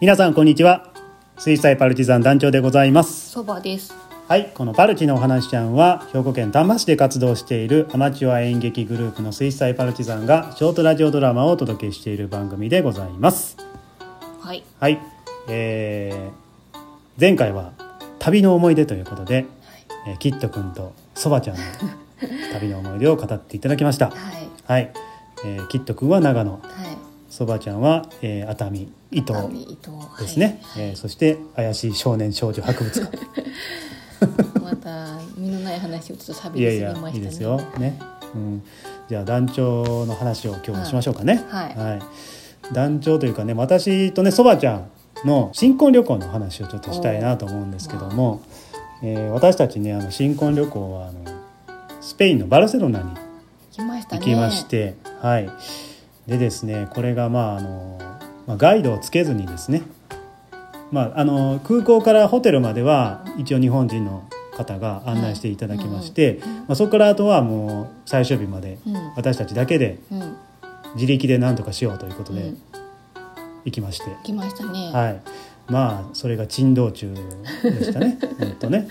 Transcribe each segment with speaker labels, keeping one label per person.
Speaker 1: 皆さんこんにちは水彩パルチザン団長でございます
Speaker 2: そばです。
Speaker 1: はいこのパルチのお話ちゃんは兵庫県丹波市で活動しているアマチュア演劇グループの水彩パルチザンがショートラジオドラマをお届けしている番組でございます
Speaker 2: はい。
Speaker 1: はい、えー前回は旅の思い出ということで、えーキットくんとそばち ゃんの旅の思い出を語っていただきました
Speaker 2: はい。
Speaker 1: はい、えーキットくんは長野
Speaker 2: はい。
Speaker 1: そばちゃんは、えー熱海伊
Speaker 2: 熱
Speaker 1: 東
Speaker 2: 海伊東はい
Speaker 1: ですね、えーそして怪しい少年少女博物館
Speaker 2: また身のない話をちょっと喋
Speaker 1: いや
Speaker 2: り
Speaker 1: い
Speaker 2: す
Speaker 1: や
Speaker 2: ぎましたね。
Speaker 1: いいですよね、うん、じゃあ団長の話を今日しましょうかね
Speaker 2: はい
Speaker 1: 団長というかね私とねそばちゃんの新婚旅行の話をちょっとしたいなと思うんですけども、えー私たちねあの新婚旅行はあのスペインのバルセロナに
Speaker 2: 行きました
Speaker 1: 行き
Speaker 2: ね。
Speaker 1: まし。て、はいでですねこれがまああの、まあ、ガイドをつけずにですね、まあ、あの空港からホテルまでは一応日本人の方が案内していただきまして、
Speaker 2: うんうん
Speaker 1: まあ、そこからあとはもう最終日まで
Speaker 2: うん。
Speaker 1: 私たちだけで
Speaker 2: うん。
Speaker 1: 自力で何とかしようということ
Speaker 2: う
Speaker 1: で
Speaker 2: ん
Speaker 1: 行きまして、
Speaker 2: 行きましたね。
Speaker 1: はいまあそれが珍道中でした ね本当ね、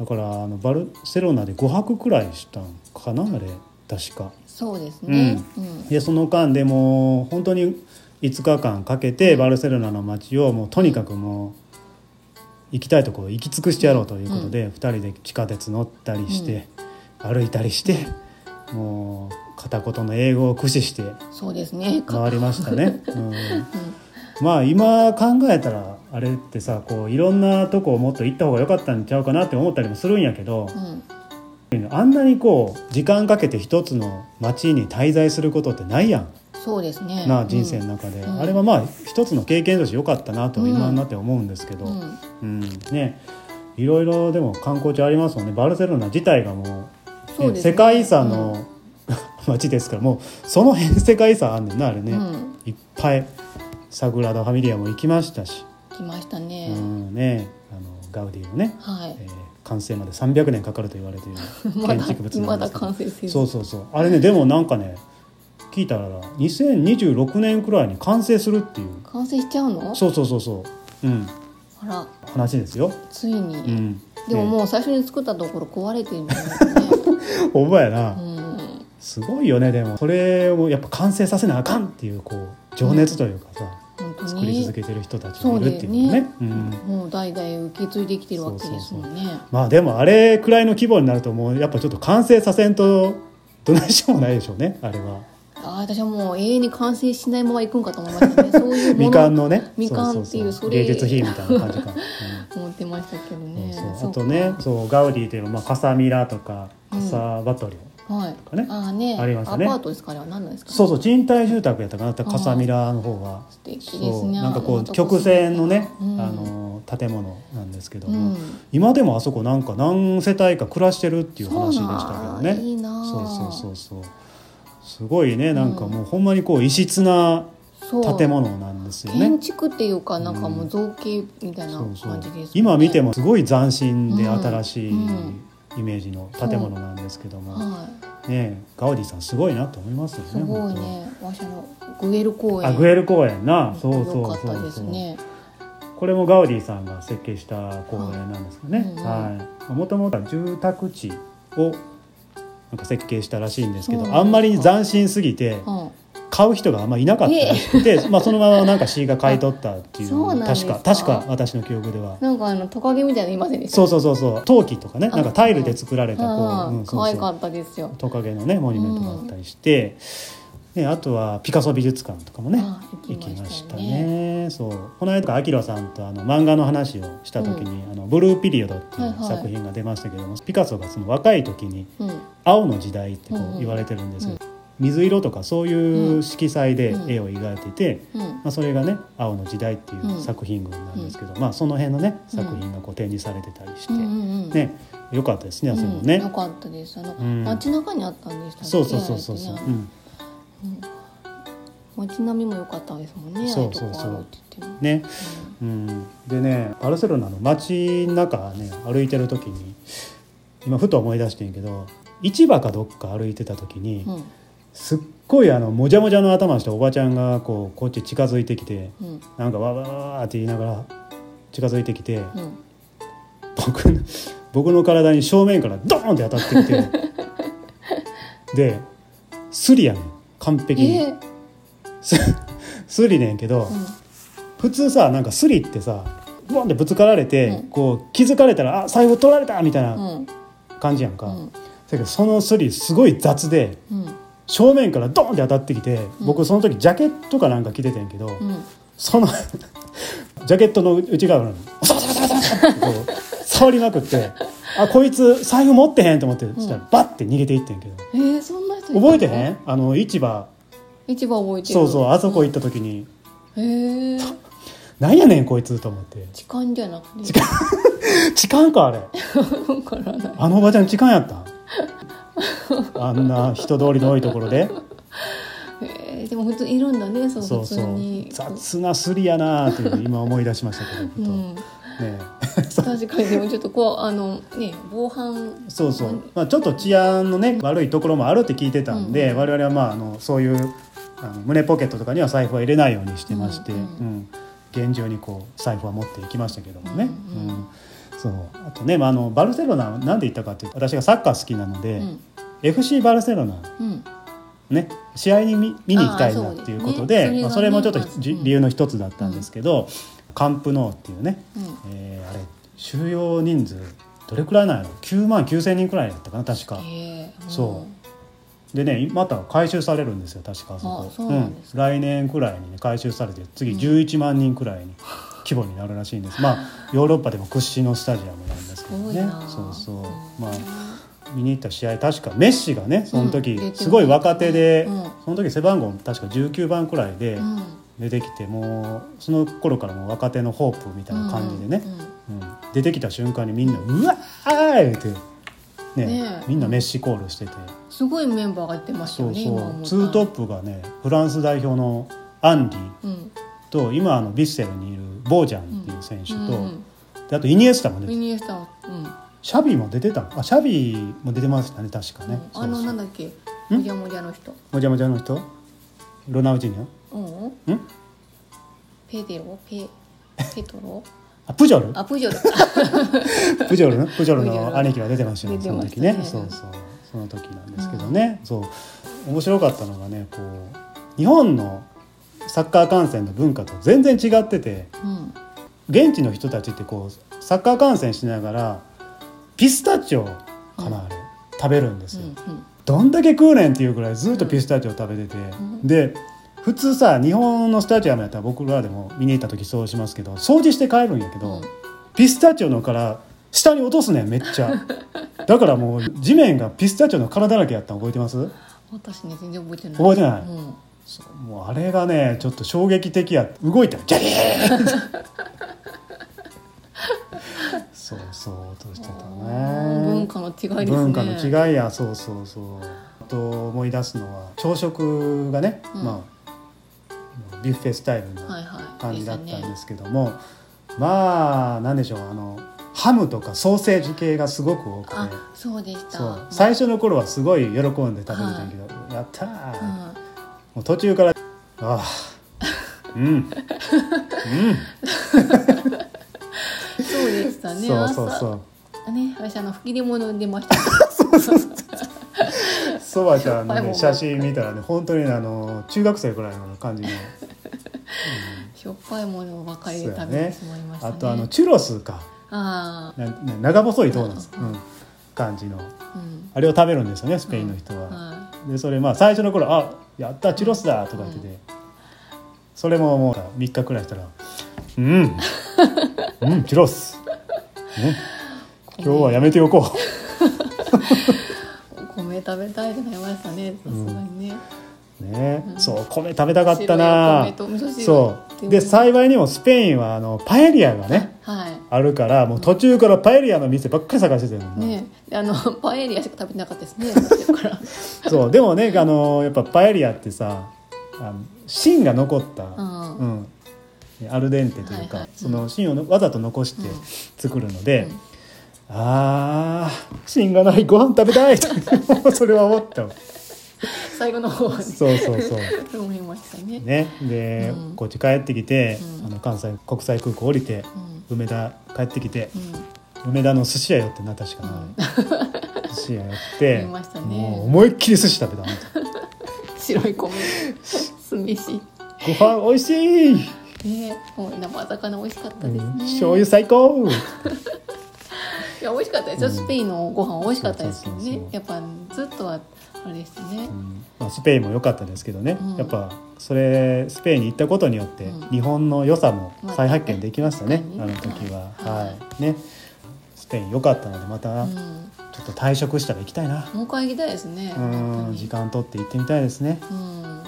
Speaker 1: うん、だからあのバルセロナで5泊くらいしたんかなあれ確か。
Speaker 2: そうですね。うん。
Speaker 1: でその間でもう本当に5日間かけてバルセロナの街をもうとにかくもう行きたいところ行き尽くしてやろうということで、2人で地下鉄乗ったりして、歩いたりしてもう片言の英語を駆使して
Speaker 2: そうですね。か
Speaker 1: 回りました ね。うんまあ今考えたらあれってさこういろんなとこをもっと行った方が良かったんちゃうかなって思ったりもするんやけど、
Speaker 2: うん。
Speaker 1: あんなにこう時間かけて一つの街に滞在することってないやん。
Speaker 2: そうですね。
Speaker 1: な
Speaker 2: うん
Speaker 1: 人生の。中で、
Speaker 2: うん
Speaker 1: あれはまあ一つの経験として良かったなと
Speaker 2: うん
Speaker 1: 今になって思うんですけど、
Speaker 2: う
Speaker 1: うん
Speaker 2: ん。
Speaker 1: ねいろいろでも観光地ありますもんねバルセロナ自体がもう,ね、
Speaker 2: そうですね
Speaker 1: 世界遺産の 街ですからもうその辺世界遺産あんねんなあれ
Speaker 2: う
Speaker 1: ね、
Speaker 2: ん。
Speaker 1: いっぱいサグラダ・ファミリアも行きましたし、
Speaker 2: 来ましたね
Speaker 1: う。んね、あのガウディのね、
Speaker 2: は
Speaker 1: え
Speaker 2: い。
Speaker 1: ー完成まで300年かかると言われている
Speaker 2: ま
Speaker 1: 建
Speaker 2: だ
Speaker 1: 築物な
Speaker 2: ま
Speaker 1: んで
Speaker 2: だ
Speaker 1: すけど
Speaker 2: 完成せず。
Speaker 1: そうそうそうあれねでもなんかね聞いたら2026年くらいに完成するっていう
Speaker 2: 完成しちゃうの？
Speaker 1: そうそうそうそううん
Speaker 2: あら、
Speaker 1: 話ですよ、
Speaker 2: ついに。
Speaker 1: うん、
Speaker 2: でも
Speaker 1: う
Speaker 2: もう最初に作ったところ壊れてるんじゃない ですかね。
Speaker 1: ほんまやな、
Speaker 2: うん。
Speaker 1: すごいよねでもそれをやっぱ完成させなあかんっていうこう情熱というかさ、
Speaker 2: 本当に。
Speaker 1: 作り続けてる人たちがいるっていうの
Speaker 2: そうだ
Speaker 1: ね
Speaker 2: よね
Speaker 1: うん、
Speaker 2: もう代々受け継いできてるわけですもんね。
Speaker 1: まあでもあれくらいの規模になるともうやっぱちょっと完成させんとどないしようもないでしょうねあれは
Speaker 2: ああ私はもう永遠に完成しないまま行くんかと思いました ね。そういうもの
Speaker 1: 未完のね
Speaker 2: 未完っていう
Speaker 1: そ
Speaker 2: そう
Speaker 1: そうそう
Speaker 2: れ
Speaker 1: 芸術品みたいな感じか、 うん
Speaker 2: 思ってましたけどね。
Speaker 1: そうそ
Speaker 2: そうう
Speaker 1: あとねそうガウディといえば、まあ、カサミラとか
Speaker 2: う
Speaker 1: カ
Speaker 2: ん
Speaker 1: サバトリョ、
Speaker 2: はい
Speaker 1: かね。
Speaker 2: ああね。
Speaker 1: ありましたね
Speaker 2: アパートですかあれは何なんですか。
Speaker 1: そう
Speaker 2: う。
Speaker 1: そう賃貸住宅やったかなってカサミラの方は
Speaker 2: 素敵ですね。
Speaker 1: そうなんかこ
Speaker 2: あ
Speaker 1: う
Speaker 2: の
Speaker 1: 曲線のね、
Speaker 2: うん
Speaker 1: あの建物なんですけど
Speaker 2: う
Speaker 1: も、
Speaker 2: ん。
Speaker 1: 今でもあそこなんか何世帯か暮らしてるっていう話でしたけどね
Speaker 2: そうなんいいなあ
Speaker 1: そうそうそうそうすごいねなんかもうほんまにこう異質な
Speaker 2: そう
Speaker 1: 建物なんですよね、
Speaker 2: 建築っていうかなんかもう造形みたいな
Speaker 1: そうそう
Speaker 2: 感じです、ね
Speaker 1: 今見てもすごい斬新で新しい
Speaker 2: うんうん
Speaker 1: イメージの建物なんですけども、
Speaker 2: は
Speaker 1: ねえガウディさんすごいなと思いますよ
Speaker 2: い。
Speaker 1: ね
Speaker 2: すごい
Speaker 1: 本
Speaker 2: ね。わしゃのグエル公
Speaker 1: 当
Speaker 2: 園。
Speaker 1: あグエル公園なそうそう
Speaker 2: 良か
Speaker 1: そうそ
Speaker 2: っ
Speaker 1: う
Speaker 2: たですね。
Speaker 1: これもガウディさんが設計した公園なんですかね
Speaker 2: うんうん
Speaker 1: はいもともとは住宅地をなんか設計したらしいんですけ
Speaker 2: そう
Speaker 1: ど
Speaker 2: なんだ
Speaker 1: あんまりに斬新すぎて
Speaker 2: うん。
Speaker 1: 買う人があんまりいなかったらしくて、まあ、そのままなんか市が買い取ったってい
Speaker 2: あそう
Speaker 1: う
Speaker 2: なんです
Speaker 1: 確
Speaker 2: か
Speaker 1: か確か私の記憶では
Speaker 2: なんかあのトカゲみたいなのいませんでした。
Speaker 1: そうそうそうそう陶器とかね
Speaker 2: あ
Speaker 1: なんかタイルで作られたこう、
Speaker 2: う
Speaker 1: うんん、
Speaker 2: 可
Speaker 1: そう
Speaker 2: 愛
Speaker 1: そ
Speaker 2: か
Speaker 1: う
Speaker 2: ったですよ。
Speaker 1: トカゲのねモニュメントがあったりして、ね、あとはピカソ美術館とかもね
Speaker 2: あ
Speaker 1: 行
Speaker 2: 行
Speaker 1: き
Speaker 2: き
Speaker 1: ま
Speaker 2: ま
Speaker 1: し
Speaker 2: したた
Speaker 1: ね
Speaker 2: ね
Speaker 1: そうこの間アキラさんとあの漫画の話をした時に「あのブルーピリオド」っていう
Speaker 2: はいはい
Speaker 1: 作品が出ましたけども、ピカソがその若い時に
Speaker 2: うん。
Speaker 1: 青の時代ってこ
Speaker 2: うんう
Speaker 1: うん言われてるんですけど、水色とかそういう色彩で
Speaker 2: うん
Speaker 1: 絵を描いてて。
Speaker 2: うん。
Speaker 1: まあ、それがね「青の時代」っていうんう作品群なんですけど、まあ、その辺のね作品がこう展示されてたりして、
Speaker 2: うんうんうん。
Speaker 1: ね、良かったですね、あそれも
Speaker 2: うん、よ
Speaker 1: ね。
Speaker 2: かったです。あの、
Speaker 1: うん
Speaker 2: 街中にあったんでしたっけ
Speaker 1: そうそうそうそうそう、
Speaker 2: あれ
Speaker 1: う
Speaker 2: ね
Speaker 1: ん、
Speaker 2: 街並みも良かったですもんね。
Speaker 1: そうそうそう
Speaker 2: ああいうとこ歩いてても
Speaker 1: ね、うん、でね、バルセロナの街の中ね、歩いてる時に。今ふと思い出してんけど、市場かどっか歩いてた時に、
Speaker 2: うん。うん
Speaker 1: すっごいあのもじゃもじゃの頭したおばちゃんがこうこっち近づいてきて
Speaker 2: うん
Speaker 1: なんかわわわわって言いながら近づいてきて
Speaker 2: うん
Speaker 1: 僕の僕の体に正面からドーンって当たってき てでスリやねん完璧に、
Speaker 2: えー
Speaker 1: ススリねんけど、
Speaker 2: うん
Speaker 1: 普通さなんかスリってさボンってぶつかられて、
Speaker 2: うん
Speaker 1: こう気づかれたら「あ財布取られた!」みたいな
Speaker 2: うん
Speaker 1: 感じやんか、
Speaker 2: うん
Speaker 1: だけどそのスリすごい雑で
Speaker 2: うん
Speaker 1: 正面からドーンって当たってきて、
Speaker 2: うん
Speaker 1: 僕その時ジャケットかなんか着ててんけど、
Speaker 2: うん
Speaker 1: その ジャケットの内側のおさおさおさおさおさってこう 触りまくってあこいつ財布持ってへんと思ってそしたらバッて逃げていってんけど、
Speaker 2: えー、そんな人いたの
Speaker 1: 覚えてへんあの市場
Speaker 2: 一番覚えてる
Speaker 1: そうそうあそこ行った時に
Speaker 2: へえー、
Speaker 1: 「なんやねんこいつ」と思って
Speaker 2: 痴漢じゃなくて
Speaker 1: 痴「痴漢かあれ
Speaker 2: 漢わからない
Speaker 1: あのおばちゃん痴漢やったんあんな人通りの多いところで
Speaker 2: えー、でも普通いるんだねそう
Speaker 1: そう
Speaker 2: 普
Speaker 1: そ
Speaker 2: 通
Speaker 1: う
Speaker 2: に
Speaker 1: 雑なスリやなーっていう今思い出しましたけどふ
Speaker 2: う
Speaker 1: と、ね
Speaker 2: ん
Speaker 1: え
Speaker 2: 確かにでもちょっとこうあのね防犯
Speaker 1: そうそう、まあ、ちょっと治安のね悪いところもあるって聞いてたんで、
Speaker 2: うん
Speaker 1: 我々はまああのそういうあの胸ポケットとかには財布は入れないようにしてまして、
Speaker 2: う
Speaker 1: うんん
Speaker 2: うん
Speaker 1: 厳重にこう財布は持っていきましたけどもね、
Speaker 2: う
Speaker 1: うんん
Speaker 2: うん
Speaker 1: そうあとね、まあ、あのバルセロナなんで行ったかっていうと私がサッカー好きなの
Speaker 2: う
Speaker 1: で、
Speaker 2: ん
Speaker 1: FC バルセロナ
Speaker 2: うん
Speaker 1: ね、試合に見見に行きたい
Speaker 2: あ
Speaker 1: な
Speaker 2: あそう
Speaker 1: っていうことで
Speaker 2: ね
Speaker 1: まあ、
Speaker 2: そ
Speaker 1: そ
Speaker 2: れ
Speaker 1: れ
Speaker 2: がね
Speaker 1: もちょっと
Speaker 2: まず
Speaker 1: じ
Speaker 2: うん
Speaker 1: 理由の一つだったんですけど、カンプノーっていうね、
Speaker 2: うん
Speaker 1: えーあれ収容人数どれくらいなんやろ9万9千人くらいだったかな確か。
Speaker 2: えー、
Speaker 1: そうでねまた回収されるんですよ確かあそ
Speaker 2: あ
Speaker 1: こ
Speaker 2: そうなんです
Speaker 1: 来年くらいにね回収されて次11万人くらいに規模になるらしいんです、まあヨーロッパでも屈指のスタジアムなんですけど
Speaker 2: すごい
Speaker 1: ね
Speaker 2: な
Speaker 1: そうそう
Speaker 2: うん
Speaker 1: まあ見に行った試合確かメッシがねその時、
Speaker 2: うん出てました
Speaker 1: すごい若手で、
Speaker 2: うん
Speaker 1: その時背番号確か19番くらいで
Speaker 2: うん、
Speaker 1: 出てきて、もうその頃からもう若手のホープみたいな感じでね
Speaker 2: う、んうん
Speaker 1: うん出てきた瞬間にみんな「うわーい!」って、ね
Speaker 2: ねえ
Speaker 1: みんなメッシコールしてて、
Speaker 2: すごいメンバーが出てました
Speaker 1: そ
Speaker 2: よ
Speaker 1: う
Speaker 2: ね
Speaker 1: そうツートッ
Speaker 2: プ、
Speaker 1: プがねフランス代表のアンリ
Speaker 2: うん、
Speaker 1: と今あのヴィッセルにいるボージャンっていう選手と、
Speaker 2: うん
Speaker 1: であとイニエスタも
Speaker 2: う
Speaker 1: 出
Speaker 2: ん、
Speaker 1: て
Speaker 2: ミ
Speaker 1: た
Speaker 2: ニエスタは、うん
Speaker 1: シャビも出てたのあシャビも出てましたね確かね、
Speaker 2: うんあの
Speaker 1: そうそ
Speaker 2: な
Speaker 1: うん
Speaker 2: だっけもじゃもじゃの人
Speaker 1: もじゃもじゃの人ロナウジーニ
Speaker 2: うん
Speaker 1: ョん
Speaker 2: ペデロペペトロ
Speaker 1: あプジョル
Speaker 2: あ プジョル
Speaker 1: プジョルのプジョル
Speaker 2: プジョル
Speaker 1: の兄貴が出てましたね
Speaker 2: 出て
Speaker 1: その
Speaker 2: まし
Speaker 1: 時
Speaker 2: たね
Speaker 1: ねそうそうその時なんですけどね、そう面白かったのがねこう日本のサッカー観戦の文化と全然違ってて
Speaker 2: うん
Speaker 1: 現地の人たちってこうサッカー観戦しながらピスタチオかな、あれ食べるんです
Speaker 2: う
Speaker 1: よ、
Speaker 2: んうん
Speaker 1: どんだけ食うねんっていうくらいずっとピスタチオ食べてて、
Speaker 2: ん
Speaker 1: で普通さ日本のスタジアムやったら僕らでも見に行った時そうしますけど掃除して帰るんやけど、
Speaker 2: うん
Speaker 1: ピスタチオの殻下に落とすねんめっちゃだからもう地面がピスタチオの殻だらけやったの覚えてます
Speaker 2: 私ね全然覚えてない
Speaker 1: 覚えてない
Speaker 2: うん
Speaker 1: そうもうあれがねちょっと衝撃的やった動いたらギャリーン そうそう落としてたね
Speaker 2: 文化の違いですね
Speaker 1: 文化の違いやそうそうそうあと思い出すのは朝食がね、
Speaker 2: うん
Speaker 1: まあビュッフェスタイルの
Speaker 2: はいはい
Speaker 1: 感じだったんですすけども、まあなんでしょうあのハムとかソーセージ系がすごく多くて
Speaker 2: あそうでした
Speaker 1: そう最初の頃はすごい喜んで食べてたけど、やったー、も
Speaker 2: うん
Speaker 1: う途中からあ あうんうん
Speaker 2: そうでしたね
Speaker 1: そうそうそう
Speaker 2: 朝ね私あの吹き出物出ました
Speaker 1: そばちゃんの
Speaker 2: しょっぱいもん
Speaker 1: ね写真見たらね本当にねあの中学生くらいの感じの
Speaker 2: しょっぱいものばかりで食べてしまいました
Speaker 1: あ
Speaker 2: ね
Speaker 1: とあのチュロスか
Speaker 2: あ
Speaker 1: なな長細いドーナツ、
Speaker 2: うん
Speaker 1: うん感じの
Speaker 2: あうん
Speaker 1: あれを食べるんですよねスペインの人は、
Speaker 2: は
Speaker 1: でそれまあ最初の頃「あやったチュロスだ」とか言ってて、それももう3日くらいしたら「 うんうんチュロス、うん、今日はやめておこう」
Speaker 2: い米食べたいってなりましたねさすがにね
Speaker 1: ね、
Speaker 2: うん
Speaker 1: そう米食べたかったな
Speaker 2: 白いお米と味噌汁
Speaker 1: そうで
Speaker 2: さ
Speaker 1: 幸いにもスペインはあのパエリアがね
Speaker 2: はい
Speaker 1: あるからもう途中からパエリアの店ばっかり探してたよな
Speaker 2: ねえあのパエリアしか食べてなかったで すねだから
Speaker 1: そうでもねあのやっぱパエリアってさあの芯が残った、
Speaker 2: ん
Speaker 1: うんアルデンテというか、
Speaker 2: はいはい
Speaker 1: その芯をのわざと残して
Speaker 2: うん
Speaker 1: 作るので、 あー芯がないご飯食べたいもうそれは思ったわ
Speaker 2: 最後の方はね
Speaker 1: そうそうそう
Speaker 2: 思いましたね
Speaker 1: ねで、
Speaker 2: うん
Speaker 1: こっち帰ってきて、
Speaker 2: うん
Speaker 1: あの関西国際空港降りて
Speaker 2: うん
Speaker 1: 梅田帰ってきて
Speaker 2: うん
Speaker 1: 梅田の寿司屋寄ってな確かな、寿司屋寄って
Speaker 2: 寄りましたね
Speaker 1: もう思いっきり寿司食べた本
Speaker 2: 白い米酢飯
Speaker 1: 当にご飯美味しい、
Speaker 2: ねもう生魚美味しかった
Speaker 1: う
Speaker 2: ですね、
Speaker 1: ん、醤油最高
Speaker 2: いや美味しかったですよ、
Speaker 1: うん
Speaker 2: スペインのご飯美味しかったですけどね
Speaker 1: そうそうそうそう
Speaker 2: やっぱずっとはあれですね
Speaker 1: う、んまあ、スペインも良かったですけどね、
Speaker 2: うん
Speaker 1: やっぱそれスペインに行ったことによって
Speaker 2: うん
Speaker 1: 日本の良さも再発見できましたね、
Speaker 2: ま
Speaker 1: あ
Speaker 2: あ
Speaker 1: の
Speaker 2: ね
Speaker 1: 時は、
Speaker 2: はい
Speaker 1: はいねスペイン良かったのでま
Speaker 2: う
Speaker 1: たちょ
Speaker 2: ん、
Speaker 1: っと退職したら行きたいな、
Speaker 2: もう一回行きたいですね
Speaker 1: うん、時間取って行ってみたいですね
Speaker 2: うん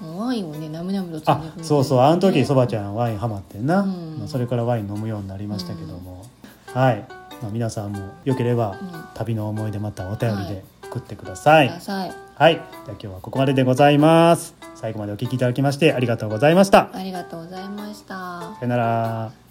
Speaker 2: もうワインをねなみなみとつ
Speaker 1: あそうそうあの時そばち
Speaker 2: ん
Speaker 1: ゃんワインハマってんな、
Speaker 2: うん
Speaker 1: まあそれからワイン飲むようになりましたけども、はい、まあ、皆さんもよければ、
Speaker 2: うん
Speaker 1: 旅の思い出またお便り
Speaker 2: は
Speaker 1: で
Speaker 2: い
Speaker 1: 送ってくださ
Speaker 2: く
Speaker 1: い
Speaker 2: ださい
Speaker 1: はい、では今日はここまででございます。最後までお聞きいただきましてありがとうございました。
Speaker 2: ありがとうございました
Speaker 1: さよなら。